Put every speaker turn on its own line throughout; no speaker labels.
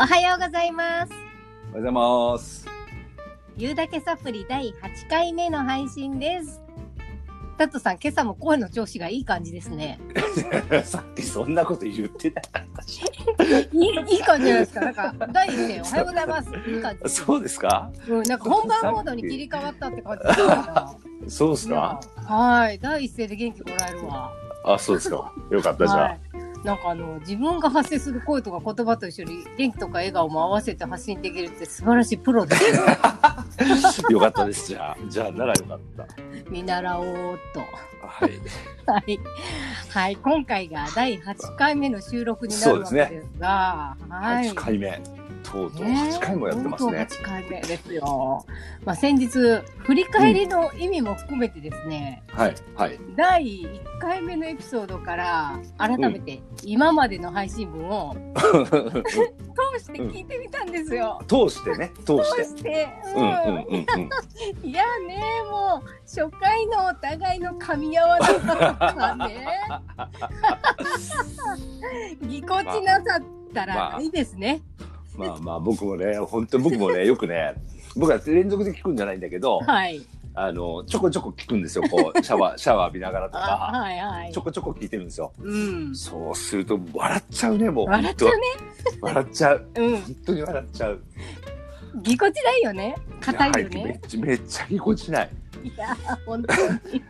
おはようございます。
おはようございます。
ゆうだけサプリ第8回目の配信です。タトさん、今朝も声の調子がいい感じですね。
さっきそんなこと言ってなかったし。
いいいい感じじゃないですか。なんか、第一声おはようございます。いい感じ。
そうですか。
うん、なんか本番モードに切り替わったって感じですか。
そうですか。
はい、第一声で元気もらえるわ。
あ、そうですか。よかったじ
は
ゃ
い。なんかあの自分が発生する声とか言葉と一緒に元気とか笑顔も合わせて発信できるって素晴らしいプロです。
あ。 よかったです。じゃあ、じゃあ、ならよかった。
見習おうっと。
はい。
はい、はい、今回が第8回目の収録になるわけですが、はい
八。回目。とうとう
ね
八回もやってますね
本。当8回目ですよ。まあ、先日、振り返りの意味も含めてですね、
はい。はい。
第1回目のエピソードから、改めて今までの配信分を通して聞いてみたんですよ。
通してね。通し
通
て。
して、
うんうんうんうん。
いやね、もう初回のお互いの噛み合わなさがね、 ぎこちなさった
まあ
らいいですね。
まあまあ、僕もね、本当に僕もね、よくね。僕は連続で聞くんじゃないんだけ ど、
はい。
あの、ちょこちょこ聞くんですよ。こう、シャワー、シャワー浴びながらと
あ
か。
はいはい
ちょ。こちょこ聞いてるんですよ。
うん。
そうすると笑っちゃうねもう
笑っちゃう
本当笑っちゃう
ね。
本当に笑っちゃう
うん。ぎこちないよね。硬いよ
やめっ
ね。
ちゃめっちゃぎこちない
いや、本当に。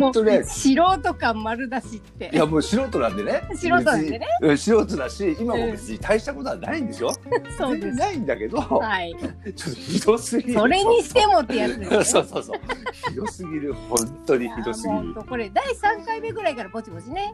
本当
も
ね
う素人感丸出しって。
いやもう素人なんでね
素人なんでね
別にうん素人だし今も別に大したことはないんでしょ、
そうで
全然
す。
ないんだけど、
はい。
ちょっとひどすぎる
それにしてもってやつですね。
そうそうそうひどすぎる本当にひどすぎ
いやもう
る
ほんとこれ第三回目ぐらいからぼちぼちね。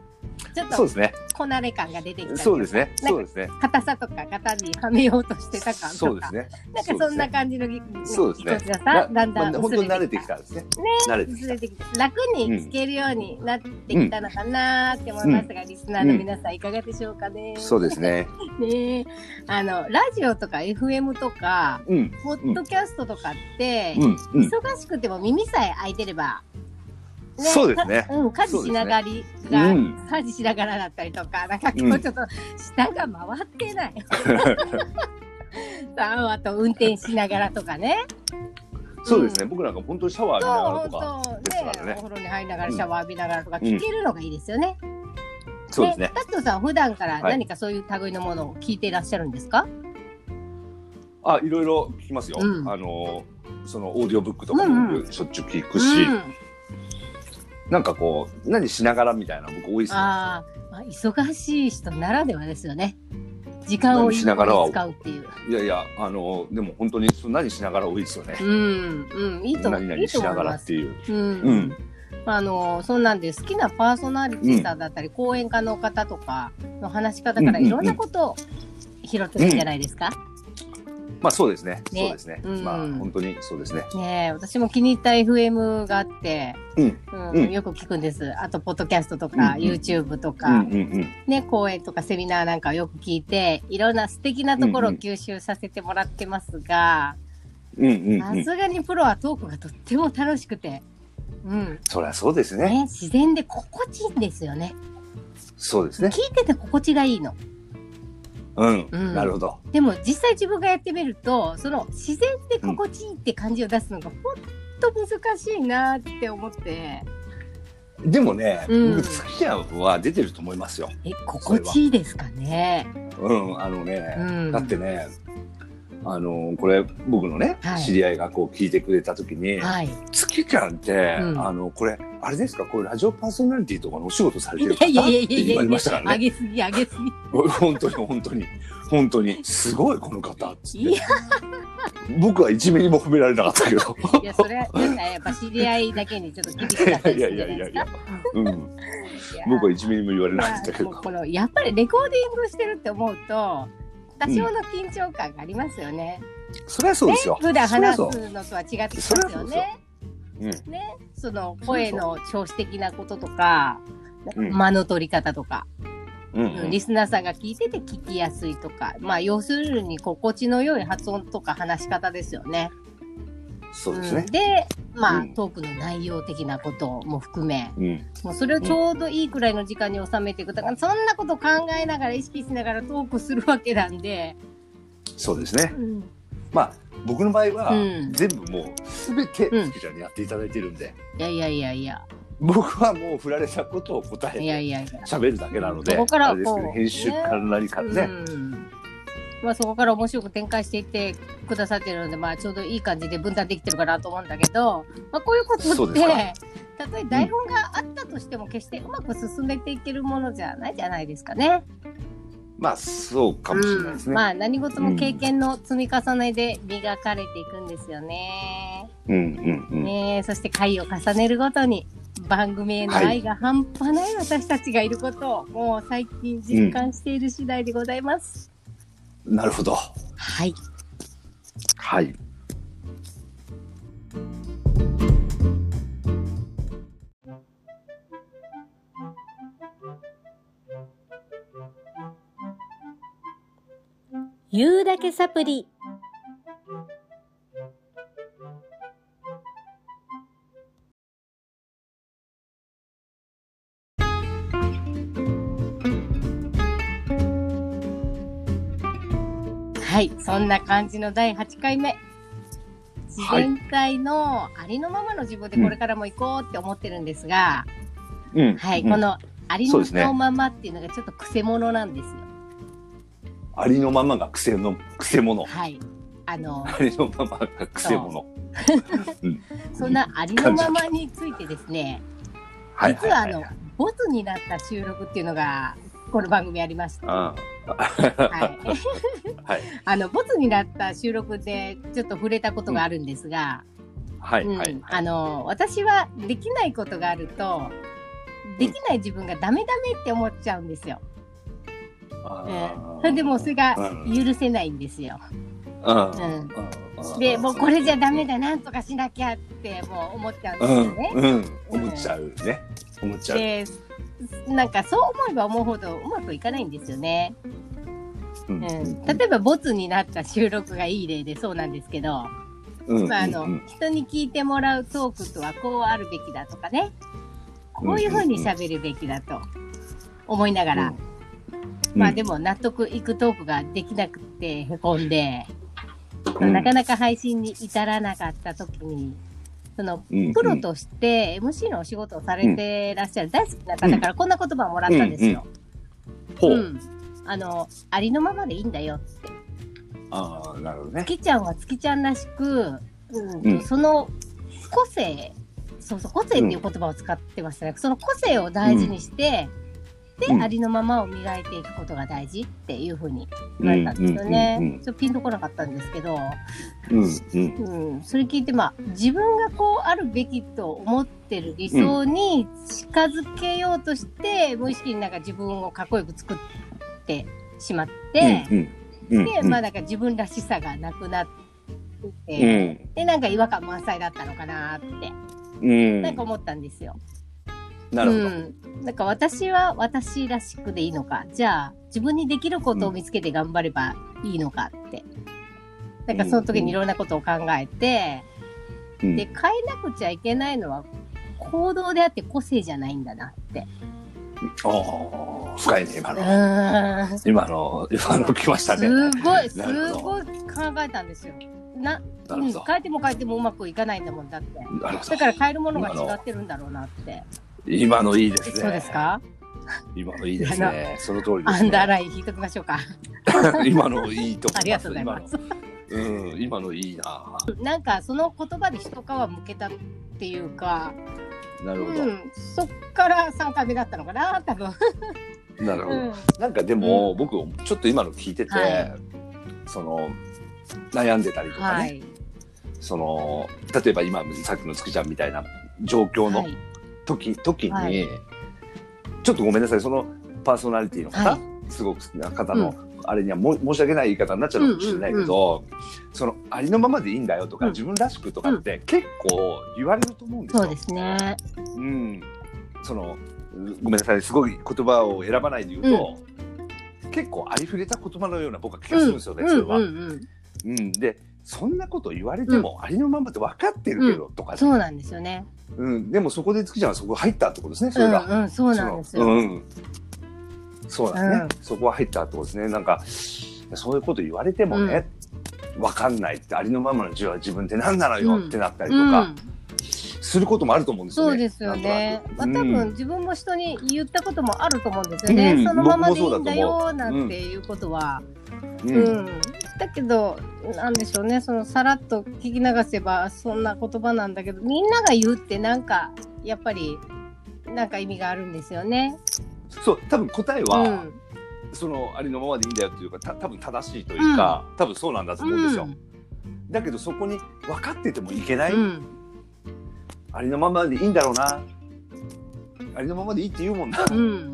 ちょっ
そう
と
ですね
こなれ感が出てきたりとか。
そうです
な
ね
んか
そうですね
硬さとか型にはめようとしてた感とか
そうですね
なんかそんな感じのぎ
そうですね
ぎこちなさだんだん
まあ
薄
本
れてき
当に
た
慣れてきたんですね慣れてき
薄
た
れてきた楽につけるようになってきたのかなーって思いますが、リスナーの皆さんいかがでしょうかね。
そうですね
ねあのラジオとか FM とか
うん
ポッドキャストとかって、
うんうん
忙しくても耳さえ開いてれば、
そうですね
うん、家事しながら、
うん
家事しながらだったりとか、なんかこ
う
うんちょっと舌が回ってない。 ああと運転しながらとかね。
そうですね、僕なんか本当にシャワー
そう、
浴びながらとか。
本当
です
ね
からね
お風呂に入りながらシャワー浴びながらとか聞けるのがいいですよね。
そうですね。
タットさん普段から
はい
何かそういう類のものを聞いていらっしゃるんですか？
あ、いろいろ聞きますよ。
うん
あのそのオーディオブックとか
うん
も
う
僕しょっちゅう聞くし、なんかこう何しながらみたいな僕多いですね。
あー、まあ、忙しい人ならではですよね。時間を
何しながらは
有効に使うっていう。
いやいやあのでも本当にそう何しながら多いですよね
う。ん、うん、いいと思
何
いい
々
と
し
思
ないがら
ま
っ
す。
ていう。
うん、
うん。
あのそんなんで好きなパーソナリティさんだったり、講演家の方とかの話し方から
うんうんうん
いろんなことを拾ってるんじゃないですか。
まあそうですね。
ね
そうですね。
うん
まあ本当にそうですね。
ねえ、私も気に入った FM があって、
うん
うん
うん
よく聞くんです。あとポッドキャストと
うん
か、
うん
YouTube と
うん
か、
うん
ね講演とかセミナーなんかをよく聞いて、いろんな素敵なところを吸収させてもらってますが、
うんうんうん
さ
うん。
すがにプロはトークがとっても楽しくて、うん、
そりゃそうですね。
ね自然で心地いいんですよね。
そうですね。
聞いてて心地がいいの。
うん。
うん
なるほど。
でも実際自分がやってみるとその自然で心地いいって感じを出すのがほんと難しいなって思って
でもね、
うん
僕好きなのは出てると思いますよ。
え心地いいですかね
うん、あのね、
うん
だってね、あのこれ僕のね、
はい
知り合いがこう聞いてくれた時に、
はい
月ちゃんって、
うん
あのこれあれですか、これラジオパーソナリティとかのお仕事されてる
いやいやいやいや
って
い
言
や
われましたから
上
ね。
げすぎ上げす
本当に本当に本当にすごいこの方っつっ
ぎい
て
や
僕は一ミリも褒められなかったけど。
いやそれはなんかやっぱ知り合いだけにちょっと厳し
い
かった
や
り
い
す
や
る
い
じゃ ない
やい
で
や
す
い
か
や、うん、
いや
僕は一ミリも言われなか
ま
っ
あ
たけ
も
ど
う。このやっぱりレコーディングしてるって思うと多少の緊張感がありますよね、
それはそうですよ。
普段
そりゃ
話す
そう
のとは違ってきます
そりゃそ
よ
うです
ね
ようん、
ね、その声の調子的なこととか、
うん
間の取り方とか、
うん
うん
うん
リスナーさんが聞いてて聞きやすいとか、まあ要するに心地の良い発音とか話し方ですよね。
そうですね
ん、。で、まあ、
うん
トークの内容的なことも含め、
うん、
もうそれをちょうどいいくらいの時間に収めていく。だからそんなこと考えながら意識しながらトークするわけなんで、
そうですね。
うん
まあ僕の場合は、
うん
全部もう全てつきちゃんにやっていただいてるんで、
いやいやいやいや
僕はもう振られたことを答え
いや
て
いやいや
喋るだけなので、
そこから
あれですけど
こう
編集から何からね、
うんまあ、そこから面白く展開していってくださってるので、まあ、ちょうどいい感じで分担できてるかなと思うんだけど、まあ、こういうこと
そう
っ
で
て
すか
たとえ台本があったとしても決してうまく進めていけるものじゃないじゃないですかね。
まあそうかもしれないです
うん
ね。
まあ何事も経験の積み重ねで磨かれていくんですよね。
うんうんうん。
ねえそして回を重ねるごとに番組への愛が半端ない私たちがいることをもう最近実感している次第でございます。
なるほど。
はい
はい。
言うだけサプリ。はい、そんな感じの第8回目。自
はい
然体のありのままの自分でこれからも行こうって思ってるんですが、
うん。
はい、
うん
このあり
そう
の
ですね
ままっていうのがちょっとくせ者なんですよ。
ありのままが癖の癖者。
はい。あの、
ありのままが癖者。
そんなありのままについてですね、
はい
実はあの、ボツになった収録っていうのが、この番組ありまして、は
あ
い。
はい
あの、ボツになった収録でちょっと触れたことがあるんですが、
はいは
う
い
ん。あの、私はできないことがあると、できない自分がダメダメって思っちゃうんですよ。うん
あー
それでもうそれが
うん
許せないんですよ。
うん
うん
うん
で、もうこれじゃダメだ、なんとかしなきゃってもう思っちゃうんで
う
すよ
ん
ね。
うん思っちゃうね。思っちゃう。
でなんかそう思えば思うほどうまくいかないんですよね。う
う
んん、例えばボツになった収録がいい例でそうなんですけど、
うん
まあ、あ
うん
の人に聞いてもらうトークとはこうあるべきだとかねこういうふうに喋るべきだと思いながら、まあでも納得いくトークができなくてへこんで、
うん
なかなか配信に至らなかった時にその
うん
プロとして MC のお仕事をされてらっしゃる大好きな方からこんな言葉をもらったんですよ。
ほ
う、
うん
あのありのままでいいんだよって
ああなるほどね
月ちゃんは月ちゃんらしく、うんと
うん
その個性そうそう個性っていう言葉を使ってましたね、その個性を大事にして、で、
うん
ありのままを磨いていくことが大事っていうふうに
うん
言われたんですよね、
う
ち
ん
ょっとピンとこなかったんですけど、
うんうん
うん、それ聞いてまあ自分がこうあるべきと思ってる理想に近づけようとして、無意識になんか自分をかっこよく作ってしまって。
うんうん
で、
うん
まあなんか自分らしさがなくなって
う
て、
ん
で、なんか違和感満載だったのかなって、
うん
なんか思ったんですよ。
なるほど
うん。なんか私は私らしくでいいのか、じゃあ自分にできることを見つけて頑張ればいいのかって。なんかその時にいろんなことを考えて、
うん
で、変えなくちゃいけないのは行動であって個性じゃないんだなって。
ああ深いね今
う
の
ーん。
今の今の来ましたね
すごい、す
なるほ
ごい考えたんですよ。な、
な
う
る
ん、
ほ
変
ど
えても変えてもうまくいかないんだもんだって。
なるほ
だ
ど
から買えるものが違ってるんだろうなって。
今のいいですね
そうですか。
今のいいですねその通りで
ア
す
ンダー
ね
ライン引いときましょう か。
今のいいと
あ
思
り
い
がと
ます
うござい
今
ま
の
す。
うん今のいいな
なんかその言葉で一皮むけたっていうか、
な
う
るほ
ん、そっから三回目だったのかな、多分。
どなる
う
ほど
ん
なんかでも
うん
僕ちょっと今の聞いてて
はい
その悩んでたりとか
は
ね
い。
その例えば今さっきのつきちゃんみたいな状況の
はい
時時に、
はい
ちょっとごめんなさいそのパーソナリティの方、
はい
すごく好きな方の、あれにはも申し訳ない言い方になっちゃうかもしれないけど、そのありのままでいいんだよとか、
うん
自分らしくとかって結構言われると思うんですよ。
そうですね。
うん、そのうごめんなさいすごい言葉を選ばないで言うと、結構ありふれた言葉のような僕は気がするんですよね、
うん
そうれ
ん
は。
う
うん
んうん。
でそんなこと言われても、ありのままで分かってるけどとかね、
そうなんですよね。
うん、でもそこでつきちゃんはそこ入ったってことですねそうれが。
んうん、そうなんです
その
よ。
うんそうなんですね、そこは入ったってことですねなんかそういうこと言われてもね、わかんないって、ありのままの自分は自分って何なのよってなったりと
う
か、
ん
することもあると思うんですよね。
そうですよね。ま
な
あ、
ん
多
となく
分自分も人に言ったこともあると思うんですよね。
うん
そのままでいい
僕
んだ
もそうだと
よなんていうことは。
うん
うん。
うん
だけど、なんでしょうね。そのさらっと聞き流せばそんな言葉なんだけど、みんなが言うってなんかやっぱりなんか意味があるんですよね。
そう多分答え
う
は、
ん。
そのありのままでいいんだよっていうかた多分正しいというか、多分そうなんだと思うんですよ、だけどそこに分かっててもいけない、
うん。
ありのままでいいんだろうなありのままでいいって言うもんな、
うん。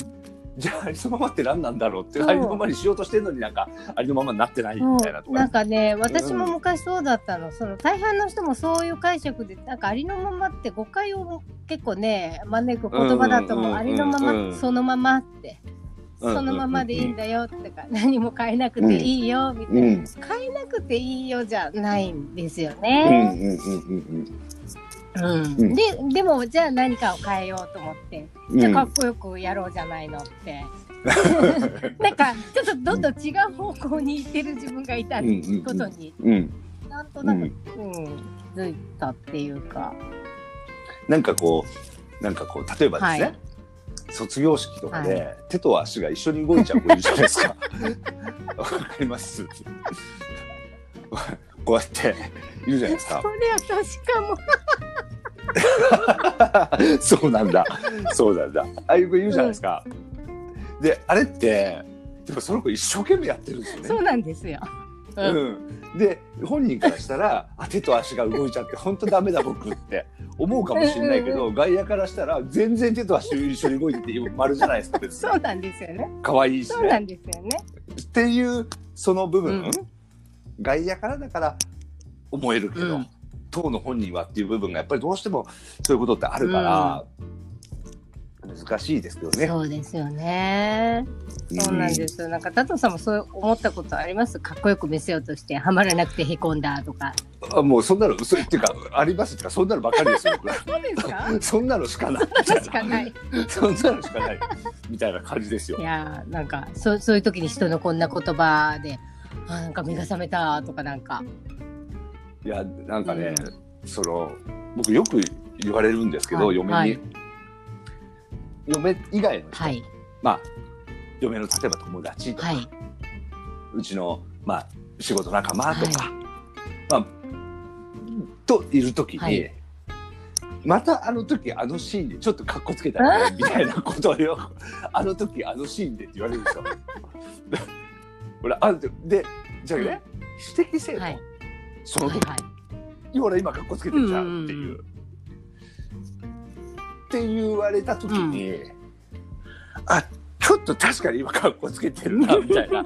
じゃあありのままって何なんだろうって
そう
ありのままにしようとしてるのになんかありのままになってないみたいなと
そう
か
な
ね
んかね私も昔そうだったの,、その大半の人もそういう解釈でなんかありのままって誤解を結構ね招く言葉だと思う,、
うんうんうんうん
ありのままそのままって、
うんうんうん
そのままでいいんだよってか何も変えなくていいよみたいな、
うん
変えなくていいよじゃないんですよ
うんうん
ね、
う
う
んうん
ん
うん
ででもじゃあ何かを変えようと思って
うん
じゃあかっこよくやろうじゃないの って。なんかちょっとどんどん違う方向に行ってる自分がいた
う
り
んうんうん
ことに
うん
なんと
う
なく、
ん
うん気づいたっていうか、
なんかこうなんかこう例えばですね、
はい
卒業式とかで、手と足が一緒に動いちゃう子いるじゃないで すか。わかります。こうやっているじゃないですか
そ。れは確かも
そうなんだ。そうなんだ。ああいう子いるじゃないですか。で、あれって、でもその子一生懸命やってるんですよね。
そうなんですよ。うん
うん、で本人からしたらあ手と足が動いちゃって本当ダメだ僕って思うかもしれないけど外野からしたら全然手と足一緒に動いてて丸じゃないですか別に
そうなんですよね。
可愛いし
そうな
ね。
んですよね。
っていうその部分、
うん
外野からだから思えるけど、
うん
当の本人はっていう部分がやっぱりどうしてもそういうことってあるから、難しいですけどね。
そうですよね。そうなんですよ。なんか佐藤さんもそう思ったことあります？かっこよく見せようとしてはまらなくてへこんだとか。
あもうそんなの嘘っていうかありますっていうかそんなのばかりですよ。僕は
そうですか？
そんなのしかない。
確かない。い
そんなのしかないみたいな感じですよ。
やーなんかそうそういう時に人のこんな言葉で。あなんか目が覚めたとかなんか、
いやなんかね、
う
その僕よく言われるんですけど、
はい
嫁に、
はい
嫁以外の人、
はい
まあ嫁の例えば友達とか、
はいう
ちのまあ仕事仲間とか、
は
まあといる時に、
はい
またあの時あのシーンでちょっとかっこつけたよねみたいなこと をよあの時あのシーンでって言われるんですよ。で俺あんたでじゃあね、指摘せよ、
はい
その
はい
時
はい
ほら今かっこつけてるじゃんっていう。
うんうん
って言われた時に、あちょっと確かに今かっこつけてる なみたいな。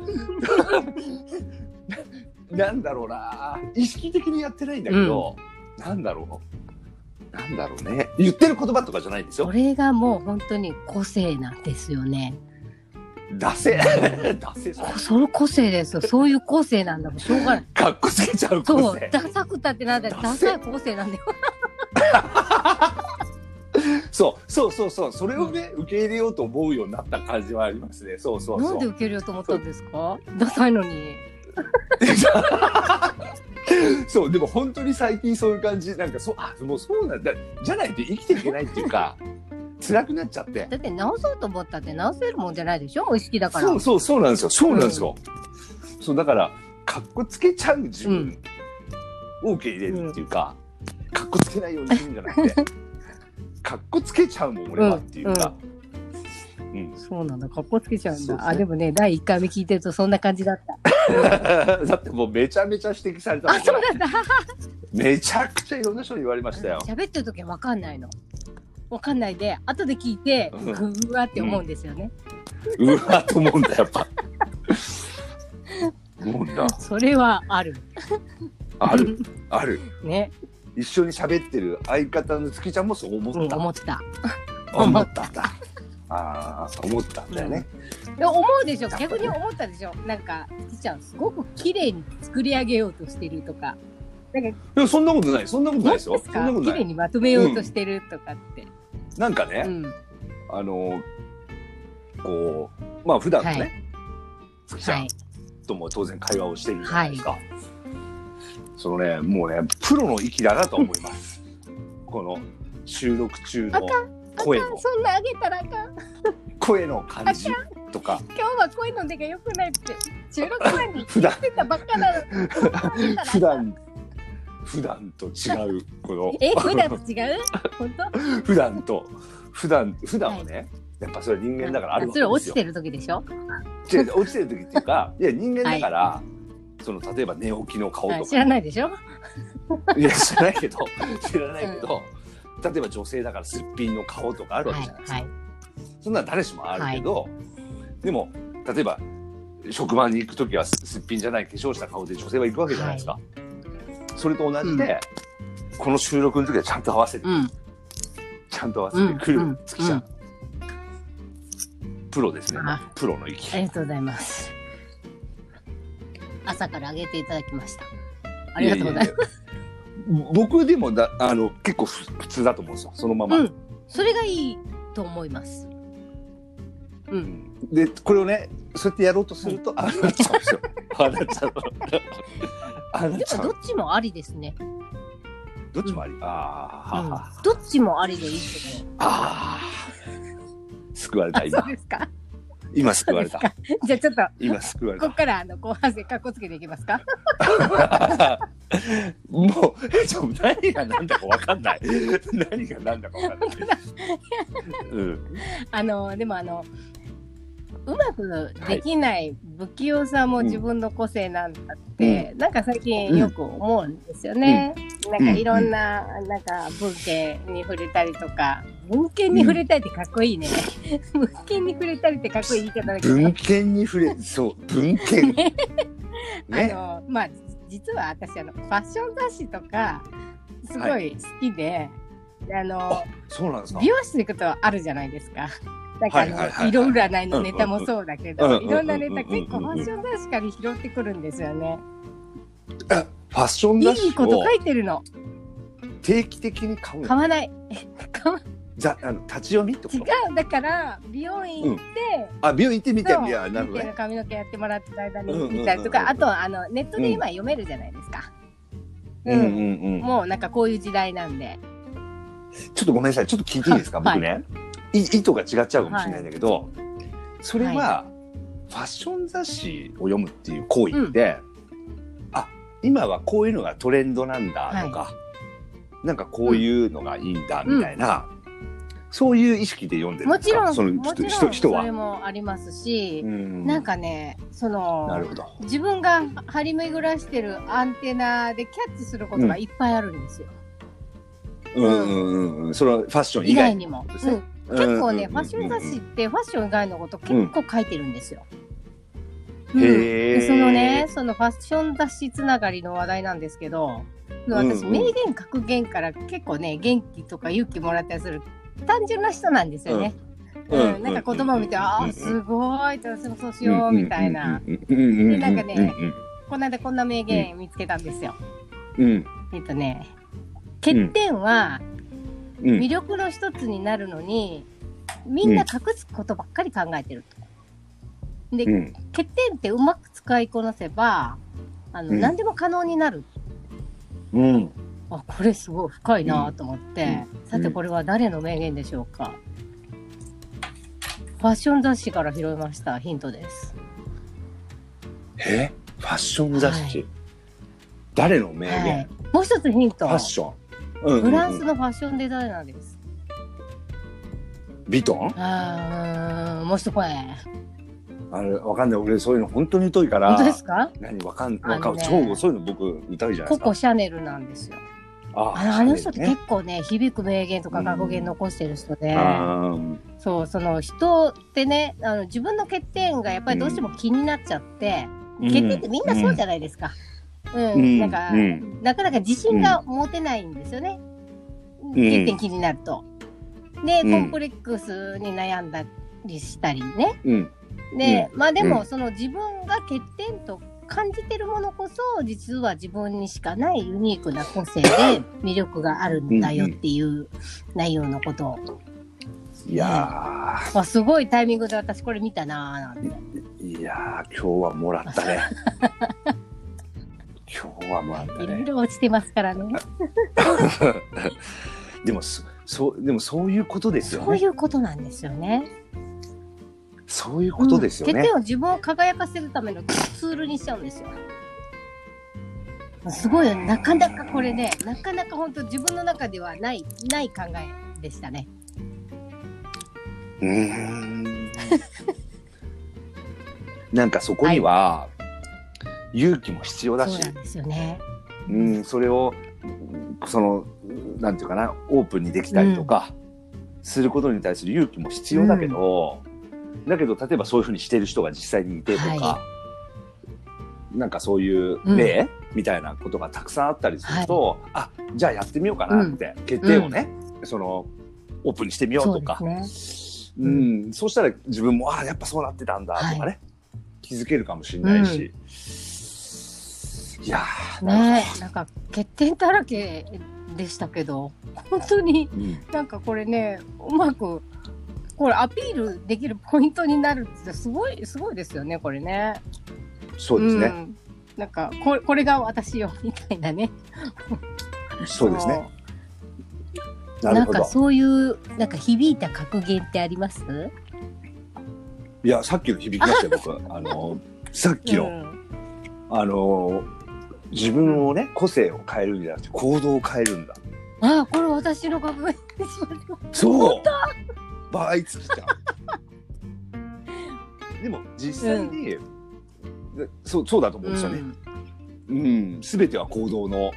なんだろうな意識的にやってないんだけど、なんだろうなんだろうね言ってる言葉とかじゃないんです
こ
よ。
れがもう本当に個性なんですよね。
出せ 出せ
こその個性 ですよ。そういう個性なんだもん。しょうがない。
かっこつけちゃう
そ
個
う
性、
ダサくたってなんだよ。
ダ
ダ
セ
サい個性なんだよ。
そうそうそうそうそれをね、受け入れようと思うようになった感じはありますねそうそうそう。
なんで受け入れようと思ったんですか。ダサいのに。
そうでも本当に最近そういう感じなんかそうあもうそうなんだじゃないと生きていけないっていうか辛くなっちゃって
だって直そうと思ったって直せるもんじゃないでしょ。お意識だから。
そうそうそうなんですよそうなんですよ、そうだからかっこつけちゃう自分を受け入れるっていうか、かっこつけないようにするんじゃ なくてかっこつけちゃうもん俺はっていうか、
そうなんだ。格好つけちゃうん
そう
だ。
そう
あ、でもね、第一回目聞いてるとそんな感じだった。
だってもうめちゃめちゃ指摘されたも
あ、
ん
そうなんだ。
めちゃくちゃいろんな人に言われましたよ。
喋ってる時はわかんないの。わかんないで、後で聞いて、
う
うんわって思うんですよね。
うわと思うんだやっぱ。 思うんだ。
それはある。
ある。ある。
ね。
一緒に喋ってる相方の月ちゃんもそう思
う
っ
ん
た。
思った。
思ったんだ。ああ、思ったんだよね。
で思うでしょ逆に思ったでしょなんか月ちゃんすごく綺麗に作り上げようとしてるとかなんか
でもそんなことない。そんなことないですよ。
です
そん
か
なこと
綺
な
麗
い。
にまとめようとしてるとかって、
なんか
う
ね、
ん
あのーこう、まあ普段の
は
ね、月ち
は
ゃん
い、
とも当然会話をしているじゃないですか、そのねもうねプロの域だなと思いますこの収録中
あ
の
かんあか
声
ん
の
そんなあげたらあかん
声の感じとか
今日は声の出が良くないって収録前に
普段
言ってたばっか なのに
普段普段と違うこの
え普段と違う本当
普段と普段普段はね、やっぱそれ人間だからある
そ
わけ
れ
で
落
す
ち
よ。
てる時でしょ
違う落ちてる時っていう かいや人間だから、その例えば寝起きの顔
は
と
い
か
知らないでしょ
いや知らないけど知らないけど、例えば女性だからすっぴんの顔とかあるわ
は
け
い
じゃないですか、
はい
そんなの誰しもあるけど、でも例えば職場に行く時はすすっぴんじゃない化粧した顔で女性は行くわけじゃないですか、
は
それと同じで、この収録の時はちゃんと合わせて、
うん
ちゃんと合わせてく
う
る
ん
月ちゃ
う
ん、
ん
プロですね
あ
プロの域
ありがとうございます。朝から上げていただきました。ありがとうございます。
ややいや僕でもだあの結構ふ普通だと思うんですよそのまま、
うん、それがいいと思います。うん、
でこれをねそうやってやろうとすると、ああなっちゃうんですよああなっちゃうああなっ
で
ちゃ
も
う
どっちもありですね。
どっちもありあ
う
ー、
ん
あ、
どっちもありでいいと 思う。
あー救われた今
そうですか。
今救われた
じゃあちょっと
今救われ
ここ
た
からあの後半戦かっこつけていきますか。
もうえちょ何が何だか分かんない何が何だか分かんない、うん、
あのでもあのうまくできない不器用さも自分の個性なんだって、なんか最近よく思うんですよね。なんかいろんな、なんか文献に触れたりとか文献に触れたりってかっこい いね。文献に触れたりってかっこいい言い方だけど、
文献に触れそう文献ね
あのまあ実は私あのファッション雑誌とかすご
はい
好きで、あの
あそうなんですか
美容室行くとあるじゃないですか。なんかあの、
はいはいはいはい
色占いのネタもそうだけ
うんうん
ど、
うん
いろんなネタ
うんうんうんうん
結構ファッション雑誌から拾ってくるんですよね。
ファッション雑誌
いいこと
を
書いてるの。
定期的に買う
買
の
わない。買わ
ざあの立ち読みってこ
違
と
う。だから、美容院行って、
あ美容院行ってみて
そう
いやなるほど
見て
ね
髪の毛やってもらってる間に
うんうんうんうん
見たりとか、あとはあのネットで今読めるじゃないですか。
うんう
う
ん
ん
うん
もうなんかこういう時代なんで。
ちょっとごめんなさいちょっと聞いていいですか
はい
僕ねい意図が違っちゃうかもしれないんだけどそれはファッション雑誌を読むっていう行為ってあ今はこういうのがトレンドなんだとかなんかこういうのがいいんだみたいなそういう意識で読んでる
も
んです
ち
か
ろん、
その
もち
人
ろ
人
ん、
人
そ
は
れもありますし、な
なん
かね、その、
なるほど
自分が張り巡らしてるアンテナでキャッチすることがいっぱいあるんですよ。
うんうんうんそれはファッション
以
以外
外にも。
です
う
ね
ん結構ね、
うん
ファッション雑誌ってファッション以外のこと結構書いてるんですよ。うん
へー
でそのね、そのファッション雑誌つながりの話題なんですけど、私、
うんうん
名言格言から結構ね、元気とか勇気もらったりする単純な人なんですよね。
うん
うんなんか言葉を見て、
うん
ああ、すごい、私もそうしようみたいな、。でなんかねこの間こんな名言見つけたんですよ。
うん
えっとね、欠点は
うんうん
魅力の一つになるのに、みんな隠すことばっかり考えてると。で、
うん
欠点ってうまく使いこなせば、あの、
うん
何でも可能になる。
うん
あ、これすごい深いなと思って、さてこれは誰の名言でしょうか。ファッション雑誌から拾いましたヒントです。
えファッション雑誌、誰の名言、
はい。もう一つヒン
フ
ト
ァッ。ション、うんうんうん
フランスのファッションデザイナーです。
ビトン
あーうーん、もう一声。
あれわかんない俺そういうの本当に疎いから
本当ですか
何わかんわか
あの
ん、
ね
超そういうの僕疎いじゃないで
コ
すか
コシャネルなんですよ。
あ
あのあの人って結構ね響く名言とか格言残してる人で、
あー
そうその人ってねあの自分の欠点がやっぱりどうしても気になっちゃって、
うん
欠点ってみんなそうじゃないですか。うん
うん
なんか、
うん
なかなか自信が持てないんですよね、
ん
欠点気になると。で
うん
コンプレックスに悩んだりしたりね。
うん
で、まあでも、
うん
その自分が欠点と感じてるものこそ実は自分にしかないユニークな個性で魅力があるんだよっていう内容のことを
いや
あすごいタイミングで私これ見たなーなんて
ー、いやー、今日はもらっ たね。今日はもらった
いろい
ね。
ろ落ちてますからね
でも、そそう、でもそういうことですよ
そう
ね。
いうことなんですよね
そういうことですよ
うん
ね
欠。点を自分を輝かせるためのツールにしちゃうんですよ。すごいよね。なかなかこれね、なかなか本当自分の中ではない、ない考えでしたね。
うーん。なんかそこには、勇気も必要だ
そう
し
な、んですよね。
うん、それを、その、なんていうかな、オープンにできたりとか、することに対する勇気も必要だけど、だけど、例えばそういうふうにしてる人が実際にいてとか、
は
なんかそういう例、みたいなことがたくさんあったりすると、あ、じゃあやってみようかなって、決定をね、その、オープンにしてみようとか、
そうで
う
ね
ん、そうしたら自分も、ああ、やっぱそうなってたんだとかね、
は
気づけるかもしれないし、いやー、なる
ねなんか欠点だらけでしたけど、本当に
ほど。うん
なんかこれね、うまく、これアピールできるポイントになるってすごい、すごいですよね、これね。
そうですね。
ん、なんかこれ、これが私よ、みたいなね。
そうですね。な
な
る
ん
ほ
か
ど。
そういうなんか響いた格言ってあります？
いや、さっきの響きました よ、僕。あの、さっき
う
の、
ん
あの、自分をね、個性を変えるんじゃなくて、行動を変えるんだ。
あこれ私の格言です。
そう倍つ きちゃう。でも、実際に、でそう、そうだと思うんですよね。うん、すべては行動の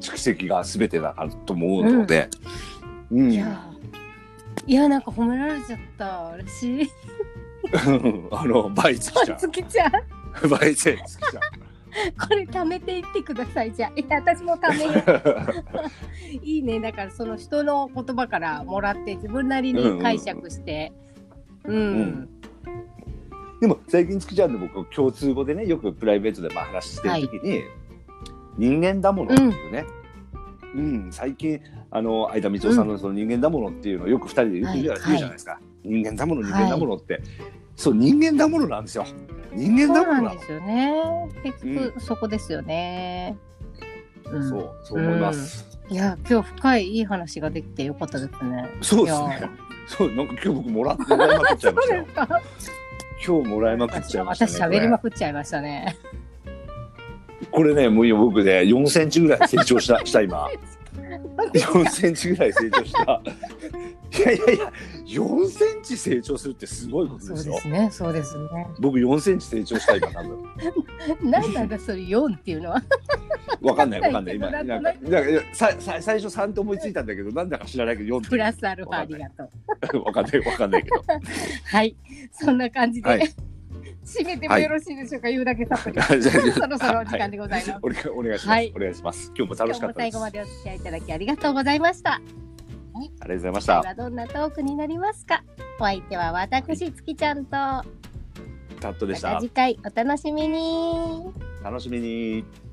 蓄積がすべてだからと思うので、う
うん
ん。
いやいやなんか褒められちゃった嬉しい。
あの、倍つき ちゃ
つきちゃん
う。倍つきちゃ
これ貯めていってくださいじゃあ。いや私も貯めよ
う。
ういいねだからその人の言葉からもらって自分なりに解釈して。うん
うんでも最近月ちゃんと僕共通語でねよくプライベートでまあ話してる時に、人間だものっていうね、うん最近あの相田みつおさんのその人間だものっていうのをよく二人で言う,、
はい
じゃ
はい
言うじゃないですか、人間だもの
は
人
い
間だものって、そう人間だものなんですよ人間
そ
だ
う
も
な
のなんの
ですよね。結局そこですよね。う
そ
ん
うそう思います、
いや、今日深いいい話ができてよかったですね。
そうです
い
ね
や
そうなんか今日僕もらってもらいまくっちゃいましたよ今日もらいまくっちゃいましたね
私喋りまくっちゃいましたね。
これねもう今僕ね4センチぐらい成 長したした今。4センチぐらい成長した。いやいやいや、4センチ成長するってすごいこと
そ
で
う
す
で
よ
す。ね、そうですね。
僕4センチ成長した今多分。
なんなんだそれ四っていうの は。
わかんないわかんない今
わか
なんん
な
か
い
なんかいやささ最初3って思いついたんだけどなんだか知らないけど
プ
4
ラスアルファありがとう。
ってわかんないわかんな いけど。
はい、そんな感じで、
はい
締めてもよろしいでしょうか、言うだけさっぱり。
はいじゃあ
そろそろお時間でございます
はお願いお願いします、
はい
お願いします。今日も楽
今
し
日
かっ
も
た
最
で
後
す。あ
ま
り
でお付き合いいただきありがとうございました。
がとうございまし
今
た
日。はどんなトークになりますか。お相手は私月ちゃんと、ま
タットでしたた。
次回お楽しみに。
楽しみに。